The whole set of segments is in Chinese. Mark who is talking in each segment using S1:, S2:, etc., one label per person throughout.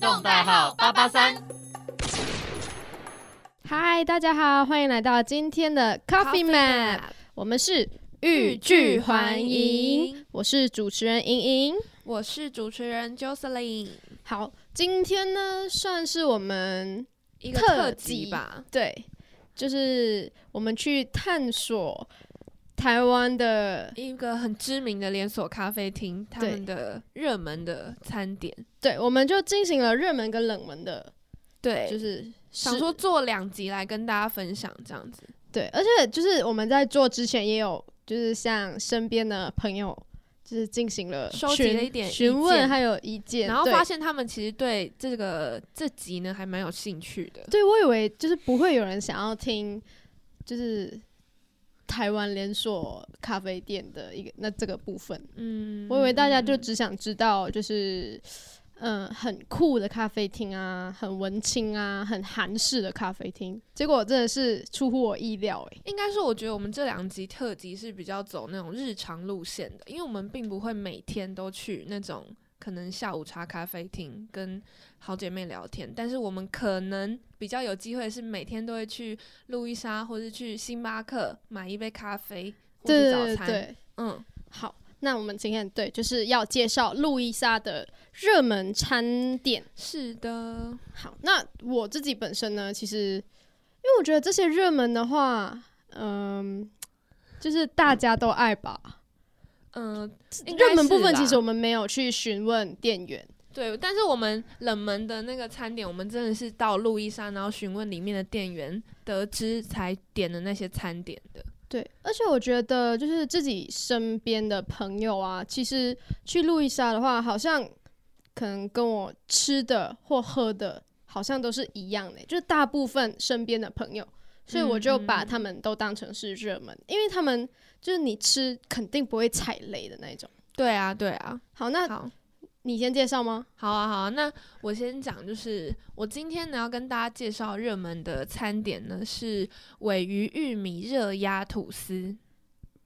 S1: 动代号八八三。
S2: 嗨，大家好，欢迎来到今天的 Coffee Map，我们是欲拒还迎，，我是主持人莹莹。
S1: 我是主持人 Jocelyn，
S2: 好，今天呢算是我们
S1: 一个
S2: 特
S1: 特
S2: 辑
S1: 辑吧，
S2: 对，就是我们去探索台湾的，
S1: 一个很知名的连锁咖啡厅，他
S2: 对
S1: 们的热门的餐点。
S2: 对，我们就进行了热门跟冷门的，
S1: 对
S2: 就
S1: 就是想
S2: 是
S1: 说做两集来跟大家分享这样子。
S2: 对，而且就是我们在做之前也有，就是向身边的朋友，就是进行了
S1: 收集
S2: 询
S1: 了一点意
S2: 询问
S1: 见
S2: 还有意见，
S1: 然后
S2: 对
S1: 发现他们其实对这个这集呢还蛮有兴趣的。
S2: 对，我以为就是不会有人想要听，就是台湾连锁咖啡店的一个那这个部分，
S1: 嗯
S2: 我以为大家
S1: 嗯
S2: 就
S1: 嗯
S2: 只想知道就是。嗯，很酷的咖啡厅啊，很文青啊，很韩式的咖啡厅。结果真的是出乎我意料欸诶、
S1: 应该说，我觉得我们这两集特辑是比较走那种日常路线的，因为我们并不会每天都去那种可能下午茶咖啡厅跟好姐妹聊天，但是我们可能比较有机会是每天都会去路易莎或是去星巴克买一杯咖啡或
S2: 对
S1: 者早
S2: 对
S1: 餐。
S2: 对对，
S1: 嗯，
S2: 好，那我们今天对就是要介绍路易莎的热门餐点。
S1: 是的，
S2: 好，那我自己本身呢，其实因为我觉得这些热门的话，嗯，就是大家都爱吧。
S1: 嗯、应该
S2: 热门部
S1: 是
S2: 分
S1: 啦
S2: 其实我们没有去询问店员，
S1: 对，但是我们冷门的那个餐点，我们真的是到路易莎，然后询问里面的店员，得知才点的那些餐点的。
S2: 对，而且我觉得就是自己身边的朋友啊，其实去路易莎的话，好像可能跟我吃的或喝的好像都是一样的，欸就是大部分身边的朋友，所以我就把
S1: 嗯嗯
S2: 他们都当成是热门，因为他们就是你吃肯定不会踩雷的那种。
S1: 对啊，对啊，
S2: 好，那
S1: 好。
S2: 你先介绍吗？
S1: 好啊，好啊，那我先讲，就是我今天呢要跟大家介绍热门的餐点呢是尾鱼玉米热压吐司。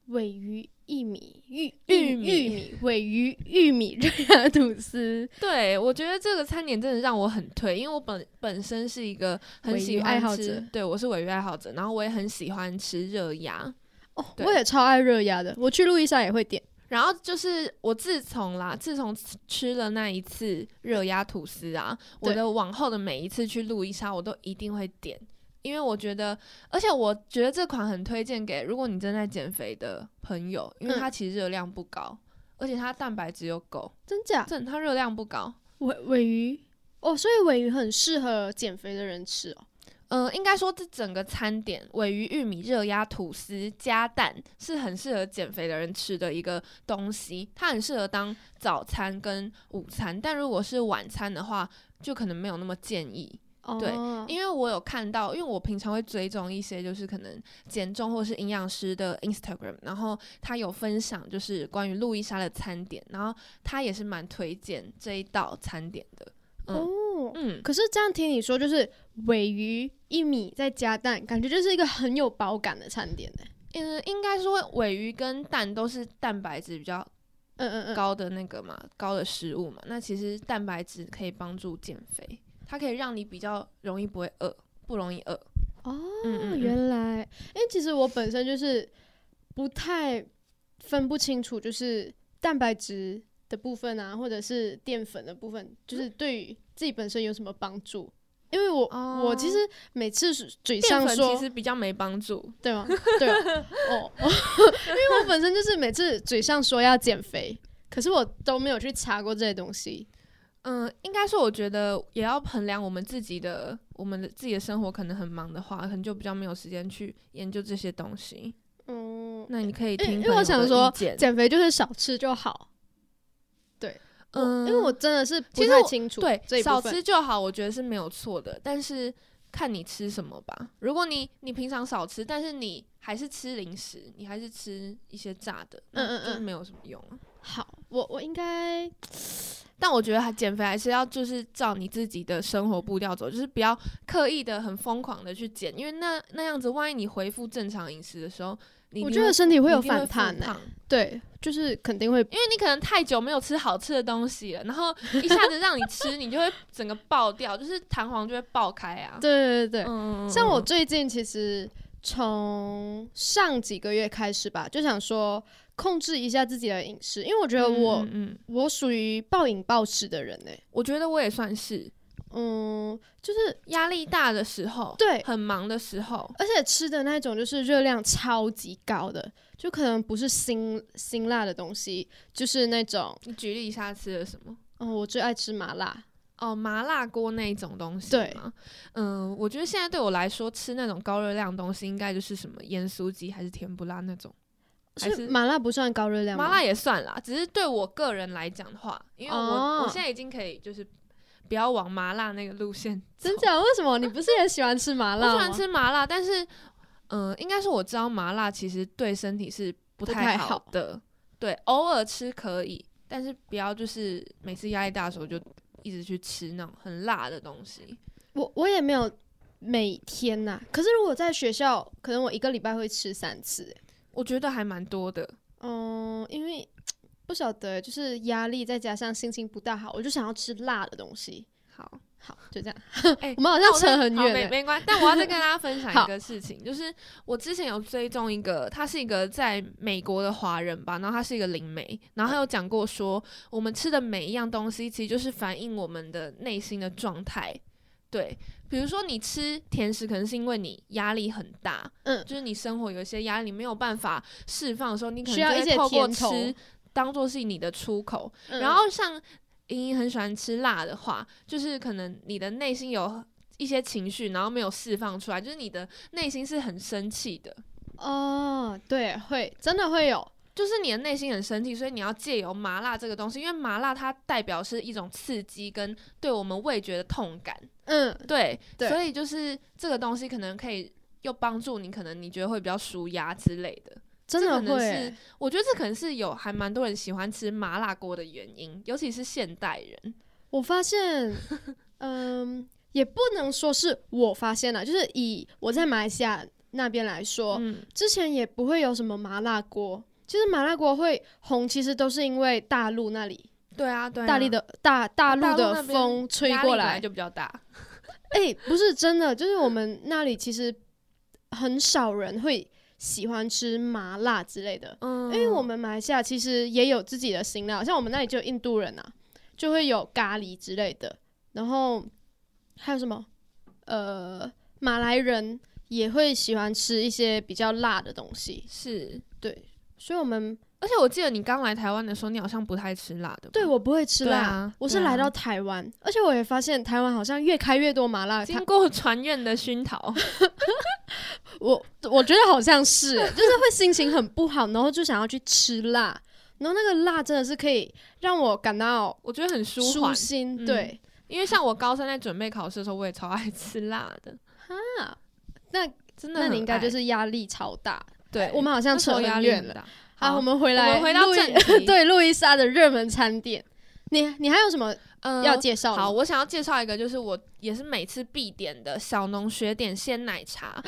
S2: 尾鱼玉米玉
S1: 玉米
S2: 玉米尾鱼玉米热压吐司，
S1: 对，我觉得这个餐点真的让我很推，因为我本本身是一个很
S2: 尾鱼
S1: 喜欢
S2: 爱好
S1: 吃
S2: 者，
S1: 对我是尾鱼爱好者，然后我也很喜欢吃热压。
S2: 哦，
S1: 对
S2: 我也超爱热压的，我去路易莎也会点。
S1: 然后就是我自从啦，自从吃吃了那一次热压吐司啊，
S2: 对
S1: 我的往后的每一次去路易莎，我都一定会点，因为我觉得，而且我觉得这款很推荐给如果你正在减肥的朋友，因为
S2: 嗯
S1: 它其实热量不高，而且它蛋白质又够，
S2: 真假？
S1: 真的它热量不高。
S2: 尾尾鱼哦，所以尾鱼很适合减肥的人吃哦。
S1: 嗯、应该说这整个餐点，尾鱼玉米热压吐司加蛋是很适合减肥的人吃的一个东西，它很适合当早餐跟午餐，但如果是晚餐的话，就可能没有那么建议。对
S2: 哦
S1: 因为我有看到，因为我平常会追踪一些就是可能减重或是营养师的 Instagram，然后他有分享就是关于路易莎的餐点，然后他也是蛮推荐这一道餐点的。嗯
S2: 哦。
S1: 嗯，
S2: 可是这样听你说，就是尾鱼一米再加蛋，感觉就是一个很有饱感的餐点呢。
S1: 嗯，应该说尾鱼跟蛋都是蛋白质比较
S2: 嗯嗯嗯，
S1: 高的那个嘛，高的食物嘛。那其实蛋白质可以帮助减肥，它可以让你比较容易不会饿，不容易饿。
S2: 哦
S1: 嗯嗯
S2: 哦，
S1: 嗯
S2: 原来，因为其实我本身就是不太分不清楚，就是蛋白质的部分啊，或者是淀粉的部分，就是对于自己本身有什么帮助。因为我、我其
S1: 哦
S2: 实每次嘴
S1: 淀
S2: 上
S1: 粉
S2: 说
S1: 其实比较没帮助。
S2: 对吗？对啊，哦， 因为我本身就是每次嘴上说要减肥，可是我都没有去查过这些东西。
S1: 嗯，应该说，我觉得也要衡量我们自己的，我们的自己的生活可能很忙的话，可能就比较没有时间去研究这些东西。
S2: 嗯，
S1: 那你可以
S2: 因为
S1: 听
S2: 因
S1: 朋
S2: 为
S1: 友
S2: 我
S1: 的意见，
S2: 想说减肥就是少吃就好。我
S1: 嗯，
S2: 因为我真的是不
S1: 其实
S2: 太
S1: 我
S2: 清楚这
S1: 对
S2: 一部
S1: 少
S2: 分。
S1: 吃就好，我觉得是没有错的，但是看你吃什么吧。如果你你平常少吃，但是你还是吃零食，你还是吃一些炸的，
S2: 嗯
S1: 那
S2: 嗯
S1: 就是
S2: 嗯
S1: 没有什么用啊。
S2: 好，我我应该
S1: 但我觉得还减肥还是要就是照你自己的生活步调走，就是不要刻意的很疯狂的去减，因为那那样子，万一你恢复正常饮食的时候，你
S2: 我
S1: 一
S2: 觉
S1: 定会
S2: 得身体会
S1: 你
S2: 有
S1: 一定
S2: 反
S1: 复
S2: 弹欸呢、
S1: 胖
S2: 对，就是肯定会
S1: 因为你可能太久没有吃好吃的东西了，然后一下子让你吃，你就会整个爆掉，就是弹簧就会爆开啊。
S2: 对对对，
S1: 嗯，嗯
S2: 像我最近其实从上几个月开始吧，就想说控制一下自己的饮食，因为我觉得我、
S1: 嗯嗯嗯
S2: 我属于暴饮暴食的人呢、欸
S1: 我觉得我也算是
S2: 嗯，就是
S1: 压力大的时候，
S2: 对
S1: 很忙的时候，
S2: 而且吃的那种就是热量超级高的，就可能不是辛辛辣的东西，就是那种
S1: 你举例一下吃了什么？
S2: 嗯，我最爱吃麻辣，
S1: 哦，麻辣锅那一种东西
S2: 对
S1: 吗，嗯，我觉得现在对我来说，吃那种高热量的东西，应该就是什么盐酥鸡还是甜不辣那种，还
S2: 是
S1: 是
S2: 麻辣不算高热量吗？
S1: 麻辣也算啦。只是对我个人来讲的话，因为我、
S2: 哦
S1: 我现在已经可以就是不要往麻辣那个路线走，
S2: 真假？为什么你不是也喜欢吃麻
S1: 我
S2: 辣吗？
S1: 喜欢吃麻辣，但是，嗯、应该是我知道麻辣其实对身体是不
S2: 不太
S1: 太好
S2: 好
S1: 的，对，偶尔吃可以，但是不要就是每次压力大的时候就一直去吃那种很辣的东西。
S2: 我我也没有每天呐、可是如果在学校，可能我一个礼拜会吃三次欸、
S1: 我觉得还蛮多的，
S2: 嗯，因为不晓得，欸就是压力再加上心情不大好，我就想要吃辣的东西。
S1: 好，
S2: 好，就这样。
S1: 哎
S2: 我们好
S1: 那
S2: 像
S1: 我
S2: 扯
S1: 再
S2: 很
S1: 好
S2: 远、
S1: 没
S2: 欸。
S1: 没关系。但我要再跟大家分享
S2: 好
S1: 一个事情，就是我之前有追踪一个，他是一个在美国的华人吧，然后他是一个灵媒，然后他有讲过说，我们吃的每一样东西其实就是反映我们的内心的状态。对，比如说你吃甜食，可能是因为你压力很大，
S2: 嗯
S1: 就是你生活有一些压力，你没有办法释放的时候，你可能
S2: 需要
S1: 就
S2: 一
S1: 会
S2: 些
S1: 透过
S2: 甜头
S1: 吃当做是你的出口，
S2: 嗯
S1: 然后像莹莹很喜欢吃辣的话，就是可能你的内心有一些情绪，然后没有释放出来，就是你的内心是很生气的，
S2: 哦，对，会真的会有。
S1: 就是你的内心很生气，所以你要借由麻辣这个东西，因为麻辣它代表是一种刺激跟对我们味觉的痛感，
S2: 嗯，
S1: 对，
S2: 对
S1: 所以就是这个东西可能可以又帮助你，可能你觉得会比较舒压之类的。
S2: 真的
S1: 可能
S2: 会
S1: 是
S2: 欸、
S1: 我觉得这可能是有还蛮多人喜欢吃麻辣锅的原因，尤其是现代人。
S2: 我 发现，嗯，也不能说是我发现了，就是以我在马来西亚那边来说，
S1: 嗯，
S2: 之前也不会有什么麻辣锅。其实麻辣锅会红，其实都是因为大陆那里，
S1: 对啊，对啊，
S2: 大力的大
S1: 大
S2: 大陆
S1: 陆
S2: 的
S1: 那边
S2: 风吹
S1: 压力
S2: 过
S1: 本
S2: 来。
S1: 就比较大。
S2: 哎、不是真的，就是我们那里其实很少人会喜欢吃麻辣之类的，
S1: 嗯
S2: 因为我们马来西亚其实也有自己的辛辣，像我们那里就有印度人啊，就会有咖喱之类的，然后还有什么呃，马来人也会喜欢吃一些比较辣的东
S1: 嗯
S2: 西，
S1: 是，
S2: 对，所以我们
S1: 而且我记得你刚来台湾的时候，你好像不太吃辣的。
S2: 对，我不会吃
S1: 对
S2: 辣，
S1: 啊
S2: 我是
S1: 对啊
S2: 来到台湾，而且我也发现台湾好像越开越多麻辣摊
S1: 经，过传院的熏 陶，
S2: 我我觉得好 像是欸，就是会心情很不好，然后就想要去吃辣，然后那个辣真的是可以让我感到
S1: 我觉得很舒
S2: 舒
S1: 缓。
S2: 心，
S1: 嗯
S2: 对。
S1: 因为像我高三在准备考试的时候，我也超爱吃辣 的，
S2: 啊，那
S1: 真的
S2: 那
S1: 很爱。
S2: 你应该就是压力超大。
S1: 对，
S2: 我们好像
S1: 那时
S2: 扯
S1: 候压
S2: 很
S1: 力
S2: 远
S1: 很
S2: 了。
S1: 大。
S2: 好，我们回
S1: 我
S2: 来，
S1: 们回到
S2: 路易
S1: 正题
S2: 对路易莎的热门餐点，你你还有什么
S1: 嗯，
S2: 要介绍的吗？
S1: 好，我想要介绍一个，就是我也是每次必点的小农学点鲜奶茶。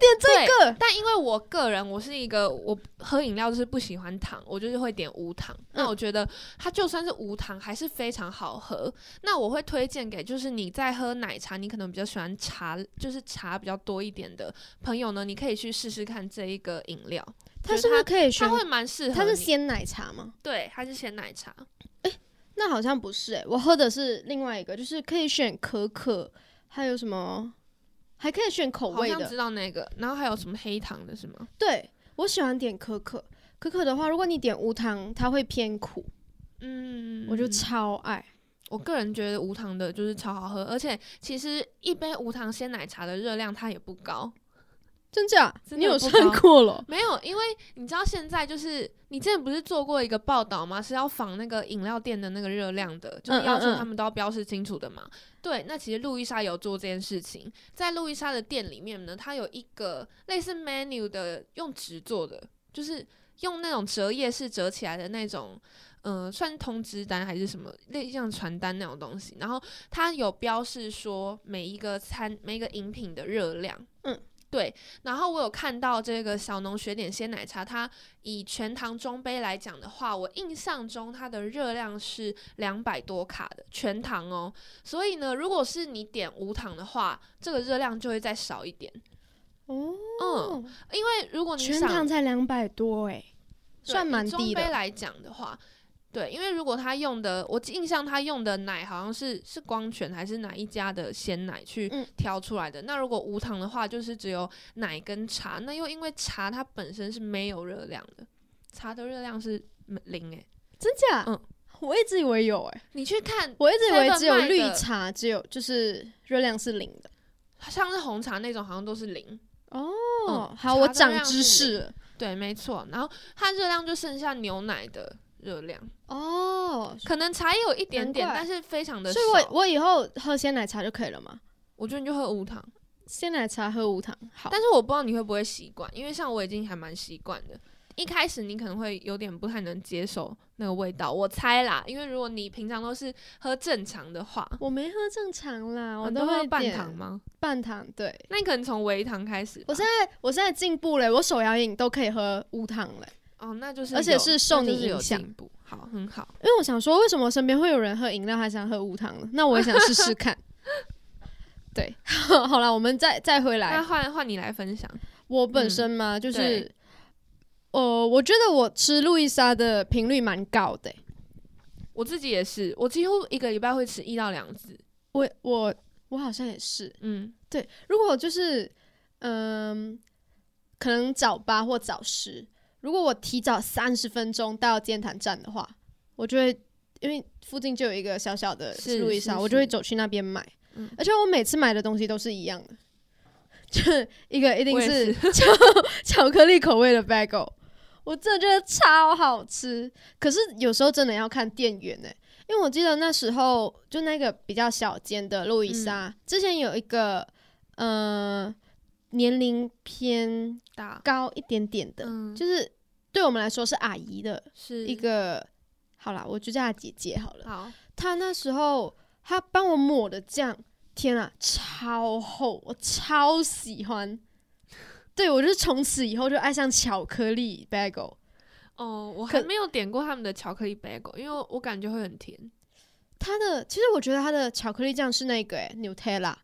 S2: 点这个
S1: 但因为我个人，我是一个我喝饮料就是不喜欢糖，我就是会点无糖。
S2: 嗯
S1: 那我觉得它就算是无糖，还是非常好喝。那我会推荐给就是你在喝奶茶，你可能比较喜欢茶，就是茶比较多一点的朋友呢，你可以去试试看这一个饮料，觉
S2: 它
S1: 得
S2: 是不是可以选
S1: 它？会蛮适合
S2: 它是
S1: 你
S2: 鲜奶茶吗？
S1: 对，它是鲜奶茶，
S2: 那好像不是诶、欸我喝的是另外一个，就是可以选可可，还有什么，还可以选口
S1: 好
S2: 味
S1: 像
S2: 的
S1: 知。道那个。然后还有什么黑糖的是吗？
S2: 对，我喜欢点可可。可可的话，如果你点无糖，它会偏苦，
S1: 嗯，
S2: 我就超爱。
S1: 我个人觉得无糖的就是超好喝，而且其实一杯无糖鲜奶茶的热量它也不高。
S2: 真假？
S1: 真的
S2: 你有
S1: 不
S2: 算
S1: 高
S2: 过了？
S1: 没有，因为你知道现在就是你之前不是做过一个报道吗？是要仿那个饮料店的那个热量的，就是要求
S2: 嗯嗯
S1: 他们都要标示清楚的嘛。对，那其实路易莎有做这件事情，在路易莎的店里面呢，它有一个类似 menu 的，用纸做的，就是用那种折页式折起来的那种。嗯、算是通知单还是什么类似像传单那种东西，然后它有标示说每一个餐每一个饮品的热量，
S2: 嗯，
S1: 对，然后我有看到这个小农学点鲜奶茶，它以全糖中杯来讲的话，我印象中它的热量是两百多卡的全糖哦。所以呢，如果是你点无糖的话，这个热量就会再少一点。
S2: 哦，
S1: 嗯，因为如果你
S3: 全
S1: 想
S3: 糖才两百多哎、
S1: 对
S2: 欸算
S1: 以
S2: 蛮
S1: 中
S2: 低
S1: 杯
S2: 的。
S1: 来讲的话，对，因为如果他用的，我印象他用的奶好像是是光泉还是哪一家的鲜奶去
S2: 嗯
S1: 挑出来的。那如果无糖的话，就是只有奶跟茶。那又因为茶它本身是没有热量的，茶的热量是没零诶、
S2: 真假？
S1: 嗯
S2: 我一直以为有哎、
S1: 你去看，
S2: 我一直以为
S1: Seven
S2: 只有
S1: 卖的
S2: 绿茶，只有就是热量是零的。
S1: 像是红茶那种好像都是零。
S2: 哦，
S1: 嗯
S2: 好，我
S1: 茶的热
S2: 长
S1: 量是
S2: 知识了。
S1: 对，没错。然后它热量就剩下牛奶的热量，
S2: 哦，
S1: 可能茶也有一点点，
S2: 难怪
S1: 但是非常的少。
S2: 所以我我以后喝鲜奶茶就可以了吗？
S1: 我觉得你就喝无糖。
S2: 鲜奶茶喝无糖，好。
S1: 但是我不知道你会不会习惯，因为像我已经还蛮习惯的。一开始你可能会有点不太能接受那个味道，我猜啦，因为如果你平常都是喝正常的话，
S2: 我没喝正常啦，我
S1: 你都
S2: 会
S1: 喝半
S2: 点
S1: 糖吗？啊
S2: 半糖。对，
S1: 那你可能从微糖开始吧。
S2: 我现在我现在进步了，我手摇饮都可以喝无糖了。
S1: 哦，那就是
S2: 而且
S1: 有
S2: 是受
S1: 那就
S2: 你
S1: 是有
S2: 影响嗯
S1: 进步，好，很好。
S2: 因为我想说，为什么身边会有人喝饮料还想喝无糖呢？那我也想试试 看。对， 好啦，我们再再回
S1: 那
S2: 来。
S1: 换换你来分享，
S2: 我本身嘛，就是
S1: 对，
S2: 呃，我觉得我吃路易莎的频率蛮高的欸、
S1: 我自己也是，我几乎一个礼拜会吃一到两次。
S2: 我我我好像也是。
S1: 嗯，
S2: 对，如果就是嗯、可能早八或早十，如果我提早三十分钟到尖潭站的话，我就会因为附近就有一个小小的
S1: 是
S2: 路易
S1: 是
S2: 莎，我就会
S1: 是
S2: 走去那边买。
S1: 嗯
S2: 而且我每次买的东西都是一样的， 就是一个一定
S1: 我也
S2: 是
S1: 是
S2: 巧 巧克力口味的 bagel，我真的觉得超好吃。可是有时候真的要看店员哎、因为我记得那时候就那个比较小间的路易莎，之前有一个呃年龄偏
S1: 大，
S2: 高一点点的，
S1: 嗯，
S2: 就是对我们来说是阿姨的
S1: 是
S2: 一个，好啦，我就叫她姐姐好了。
S1: 好，
S2: 她那时候她帮我抹的酱，天啊，超厚，我超喜欢。对，我就是从此以后就爱上巧克力 bagel，
S1: 哦，我
S2: 可
S1: 还没有点过他们的巧克力 bagel，因为我感觉会很甜。
S2: 它的其实我觉得它的巧克力酱是那个诶、Nutella，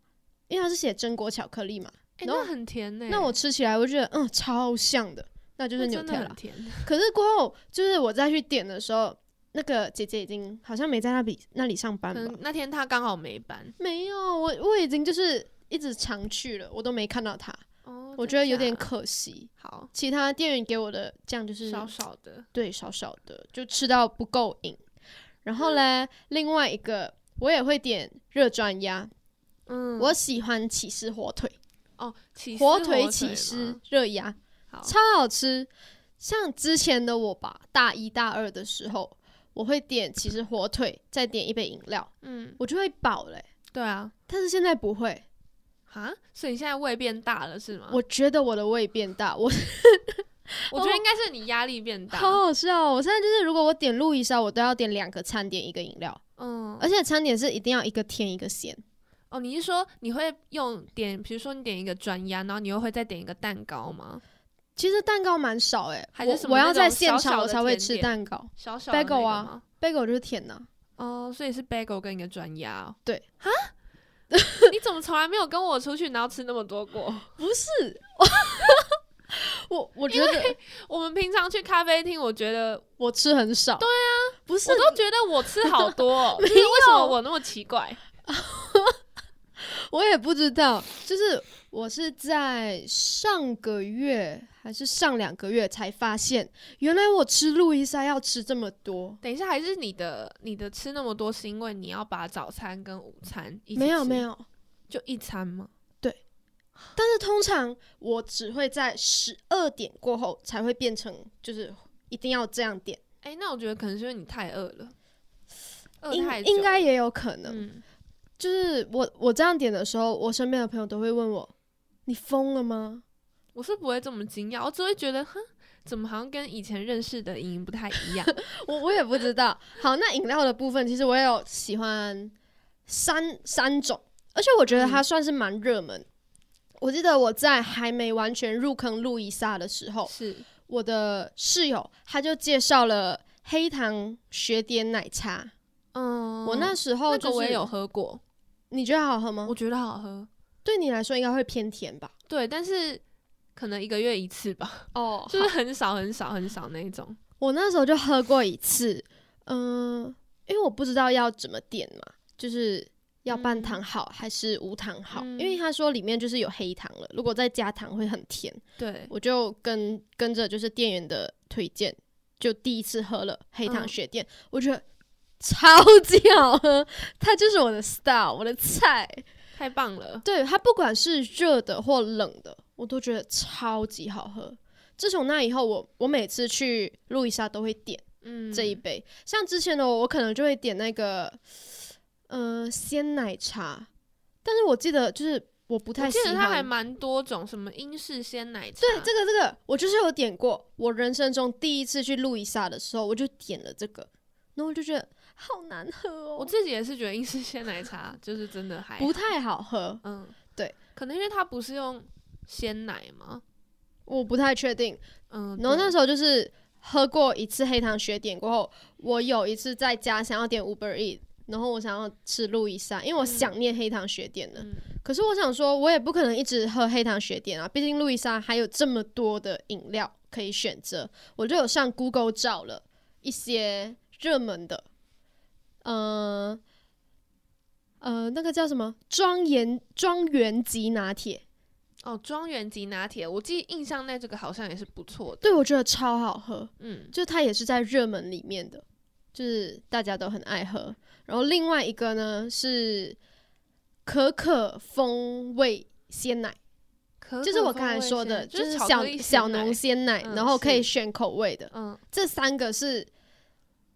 S2: 因为它是写榛果巧克力嘛，
S1: 哎、
S2: 然后
S1: 那很甜呢、
S2: 那我吃起来我就觉得嗯超像的，那就是
S1: 那真的
S2: Nutella
S1: 很。 甜。
S2: 可是过后就是我再去点的时候，那个姐姐已经好像没在那里那里上班
S1: 可
S2: 吧
S1: 能？那天他刚好没班，
S2: 没有，我我已经就是一直常去了，我都没看到她，
S1: 哦
S2: 我觉得有点可惜。
S1: 好，
S2: 其他店员给我的酱就是
S1: 少少的。
S2: 对，少少的，就吃到不够瘾。
S1: 嗯
S2: 然后嘞，另外一个我也会点热专鸭，
S1: 嗯
S2: 我喜欢起司火腿，
S1: 哦，起司
S2: 火
S1: 腿
S2: 起司
S1: 吗，
S2: 热鸭
S1: 好，
S2: 超好吃。像之前的我吧，大一大二的时候，我会点起司火腿，再点一杯饮料，
S1: 嗯，
S2: 我就会饱嘞、
S1: 对啊，
S2: 但是现在不会，
S1: 啊，所以你现在胃变大了是吗？
S2: 我觉得我的胃变大，我
S1: 我觉得应该是你压力变大，
S2: 好好笑哦！我现在就是，如果我点路易莎，我都要点两个餐点，一个饮料，
S1: 嗯，
S2: 而且餐点是一定要一个甜一个咸。
S1: 哦，你是说你会用点，比如说你点一个专鸭，然后你又会再点一个蛋糕吗？
S2: 其实蛋糕蛮少哎、
S1: 还是
S2: 我
S1: 什么
S2: 我要
S1: 那
S2: 在
S1: 种
S2: 现
S1: 小
S2: 场
S1: 小
S2: 我
S1: 的
S2: 才会
S1: 甜
S2: 吃
S1: 点
S2: 蛋糕
S1: 小小的那个
S2: Bagel 啊
S1: 吗，
S2: ，bagel 就是甜的、
S1: 哦，所以是 bagel 跟一个专鸭、哦，
S2: 对
S1: 啊， 你怎么从来没有跟我出去然后吃那么多过？
S2: 不是， 我我觉得
S1: 我们平常去咖啡厅，我觉得
S2: 我吃很少，对啊，不是
S1: 我，都觉得我吃好多、 哦，就是为什么我那么奇怪？
S2: 我也不知道，就是我是在上个月还是上两个月才发现，原来我吃路易莎要吃这么多，
S1: 等一下，还是你的你的吃那么多，是因为你要把早餐跟午餐一起
S2: 没有
S1: 吃
S2: 没，有，
S1: 就一餐吗？
S2: 但是通常我只会在十二点过后才会变成就是一定要这样点，
S1: 哎、那我觉得可能是因为你太饿了，饿
S2: 应
S1: 太久
S2: 应该
S1: 了
S2: 也有可能。
S1: 嗯，
S2: 就是我我这样点的时候，我身边的朋友都会问我：“你疯了吗
S1: 我是不会这么惊讶，我只会觉得，哼，怎么好像跟以前认识的莹莹不太一 样？？”
S2: 我我也不知道。好，那饮料的部分，其实我也有
S1: 嗯
S2: 喜欢三三种，而且我觉得它算是蛮热门。我记得我在还没完全入坑路易莎的时候，
S1: 是
S2: 我的室友他就介绍了黑糖雪点奶茶。
S1: 嗯，
S2: 我那时候
S1: 那
S2: 就
S1: 个
S2: 是嗯
S1: 我也有，喝过，
S2: 你觉得好喝吗
S1: 我？觉得好喝。
S2: 对你来说应该会偏甜吧？
S1: 对，但是可能一个月一次吧，
S2: 哦
S1: 就是很少很少很少那一种。
S2: 我那时候就喝过一次，嗯、因为我不知道要怎么点嘛，就是要半糖好还是无糖好，
S1: 嗯
S2: 因为他说里面就是有黑糖了，如果再加糖会很甜，
S1: 对，
S2: 我就跟跟着就是店员的推荐，就第一次喝了黑糖
S1: 嗯
S2: 雪店，我觉得超级好喝， 它就是我的 style，我的菜，
S1: 太棒了。
S2: 对它不管是热的或冷的，我都觉得超级好喝。自从那以后，我我每次去路易莎都会点。
S1: 嗯，
S2: 这一杯。像之前的我，我可能就会点那个，呃，鲜奶茶，但是我记得就是我不
S1: 我
S2: 太喜
S1: 记得
S2: 欢。
S1: 它还蛮多种，什么英式鲜奶茶，
S2: 对这个这个，我就是有点过。我人生中第一次去路易莎的时候，我就点了这个，然后我就觉得好难喝
S1: 我
S2: 哦，
S1: 自己也是觉得英式鲜奶茶就是真的还
S2: 不太好喝，
S1: 嗯，
S2: 对，
S1: 可能因为它不是用鲜奶嘛，
S2: 我不太确定。
S1: 嗯，
S2: 然后
S1: 对
S2: 那时候就是喝过一次黑糖雪点过后，我有一次在家想要点 Uber E，然后我想要吃路易莎，因为我想念黑糖雪点了。
S1: 嗯
S2: 可是我想说，我也不可能一直喝黑糖雪点啊，毕竟路易莎还有这么多的饮料可以选择，我就有上 Google 找了一些热门的，呃。呃，那个叫什么庄园庄园级拿铁，
S1: 哦，庄园级拿铁，我记印象内这个好像也是不错的，
S2: 对我觉得超好喝。
S1: 嗯，
S2: 就它也是在热门里面的，就是大家都很爱喝。然后另外一个呢是可可风味鲜奶，
S1: 可
S2: 就是
S1: 可
S2: 我
S1: 风
S2: 刚才
S1: 味
S2: 说
S1: 鲜
S2: 的，
S1: 就是是巧克
S2: 小
S1: 力鲜
S2: 小
S1: 奶
S2: 农鲜奶，
S1: 嗯
S2: 然后可以
S1: 是
S2: 选口味的。
S1: 嗯，
S2: 这三个是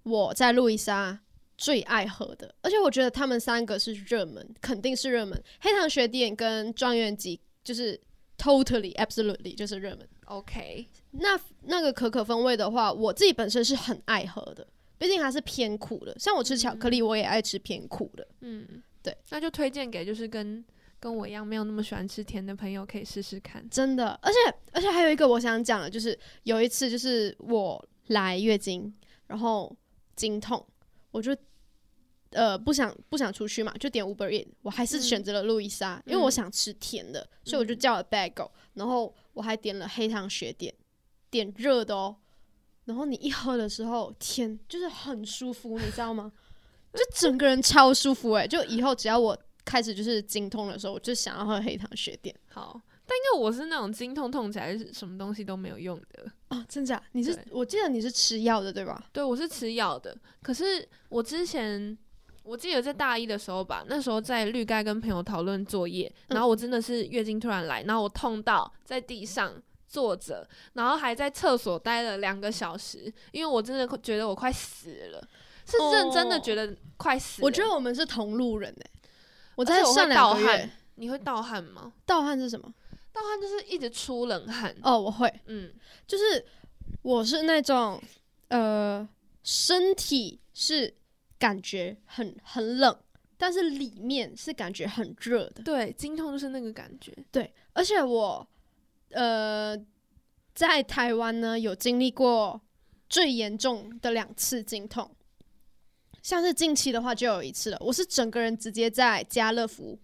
S2: 我在路易莎最爱喝的，而且我觉得他们三个是热门，肯定是热门。黑糖雪点跟庄园级就是 totally absolutely 就是热门。
S1: OK，
S2: 那那个可可风味的话，我自己本身是很爱喝的，毕竟它是偏苦的。像我吃巧克力，我也爱吃偏苦的。
S1: 嗯，
S2: 对，
S1: 那就推荐给就是跟跟我一样没有那么喜欢吃甜的朋友可以试试看。
S2: 真的，而且而且还有一个我想讲的，就是有一次就是我来月经，然后经痛，我就呃不想不想出去嘛，就点 Uber Eat，我还是
S1: 嗯
S2: 选择了路易莎，因为我想吃甜的，所以我就叫了 bagel，然后我还点了黑糖雪点，点热的哦。然后你一喝的时候，天，就是很舒服，你知道吗？ 就整个人超舒服诶、就以后只要我开始就是经痛的时候，我就想要喝黑糖雪点。
S1: 好，但因为我是那种经痛痛起来是什么东西都没有用的，
S2: 哦，真假？你是
S1: 对
S2: 我记得你是吃药的对吧？
S1: 对我是吃药的。可是我之前我记得在大一的时候吧，那时候在绿盖跟朋友讨论作业，
S2: 嗯
S1: 然后我真的是月经突然来，然后我痛到在地上。坐着，然后还在厕所待了两个小时，因为我真的觉得我快死了，是认真的
S2: 哦
S1: 觉得快死了。
S2: 我觉得我们是同路人哎、我
S1: 而且
S2: 在
S1: 我会
S2: 上两个
S1: 盗
S2: 月
S1: 汗你会盗汗吗？
S2: 盗汗是什么？
S1: 盗汗就是一直出冷汗。
S2: 哦，我会，
S1: 嗯，
S2: 就是我是那种呃，身体是感觉很很冷，但是里面是感觉很热的。
S1: 对，经痛就是那个感觉。
S2: 对，而且我呃，在台湾呢有经历过最严重的两次经痛，像是近期的话就有一次了，我是整个人直接在家乐福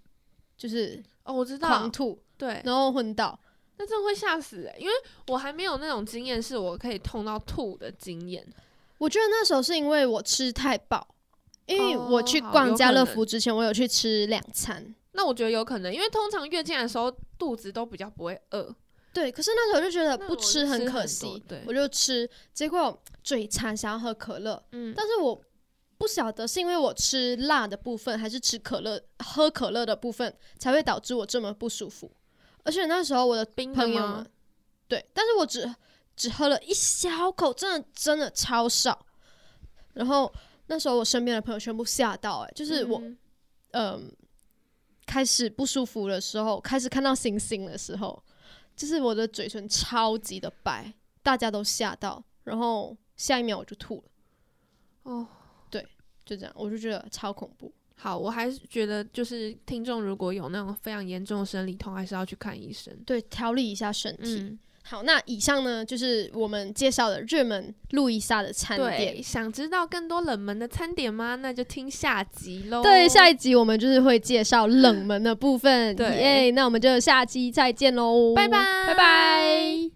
S2: 就是
S1: 哦，我知道
S2: 狂，吐，
S1: 对，
S2: 然后昏倒。
S1: 那真的会吓死、欸，因为我还没有那种经验，是我可以痛到吐的经验。
S2: 我觉得那时候是因为我吃太饱，因为
S1: 哦
S2: 我去
S1: 好
S2: 逛
S1: 有
S2: 家
S1: 可
S2: 乐
S1: 能
S2: 福之前，我有去吃两餐。
S1: 那我觉得有可能，因为通常月经来的时候肚子都比较不会饿，
S2: 对，可是那时候就觉得
S1: 那
S2: 不
S1: 我就
S2: 吃很
S1: 吃
S2: 可
S1: 很
S2: 惜，
S1: 多对
S2: 我就吃，结果嘴馋想要喝可乐，
S1: 嗯，
S2: 但是我不晓得是因为我吃辣的部分，还是吃可乐、喝可乐的部分，才会导致我这么不舒服。而且那时候我的
S1: 冰的
S2: 朋友
S1: 吗
S2: 们，？对，但是我只只喝了一小口，真的真的超少。然后那时候我身边的朋友全部吓到、欸，哎，就是我
S1: 嗯
S2: 嗯、开始不舒服的时候，开始看到星星的时候，就是我的嘴唇超级的白，大家都吓到，然后下一秒我就吐了。
S1: 哦，
S2: 就这样，我就觉得超恐怖。
S1: 好，我还是觉得就是听众如果有那种非常严重的生理痛，还是要去看医生。
S2: 对，调理一下身体。
S1: 嗯，
S2: 好，那以上呢就是我们介绍的热门路易莎的餐店
S1: 对，。想知道更多冷门的餐点吗？那就听下集喽。
S2: 对，下一集我们就是会介绍冷门的部分。
S1: 对
S2: 耶那我们就下期再见喽，
S1: 拜拜
S2: 拜拜。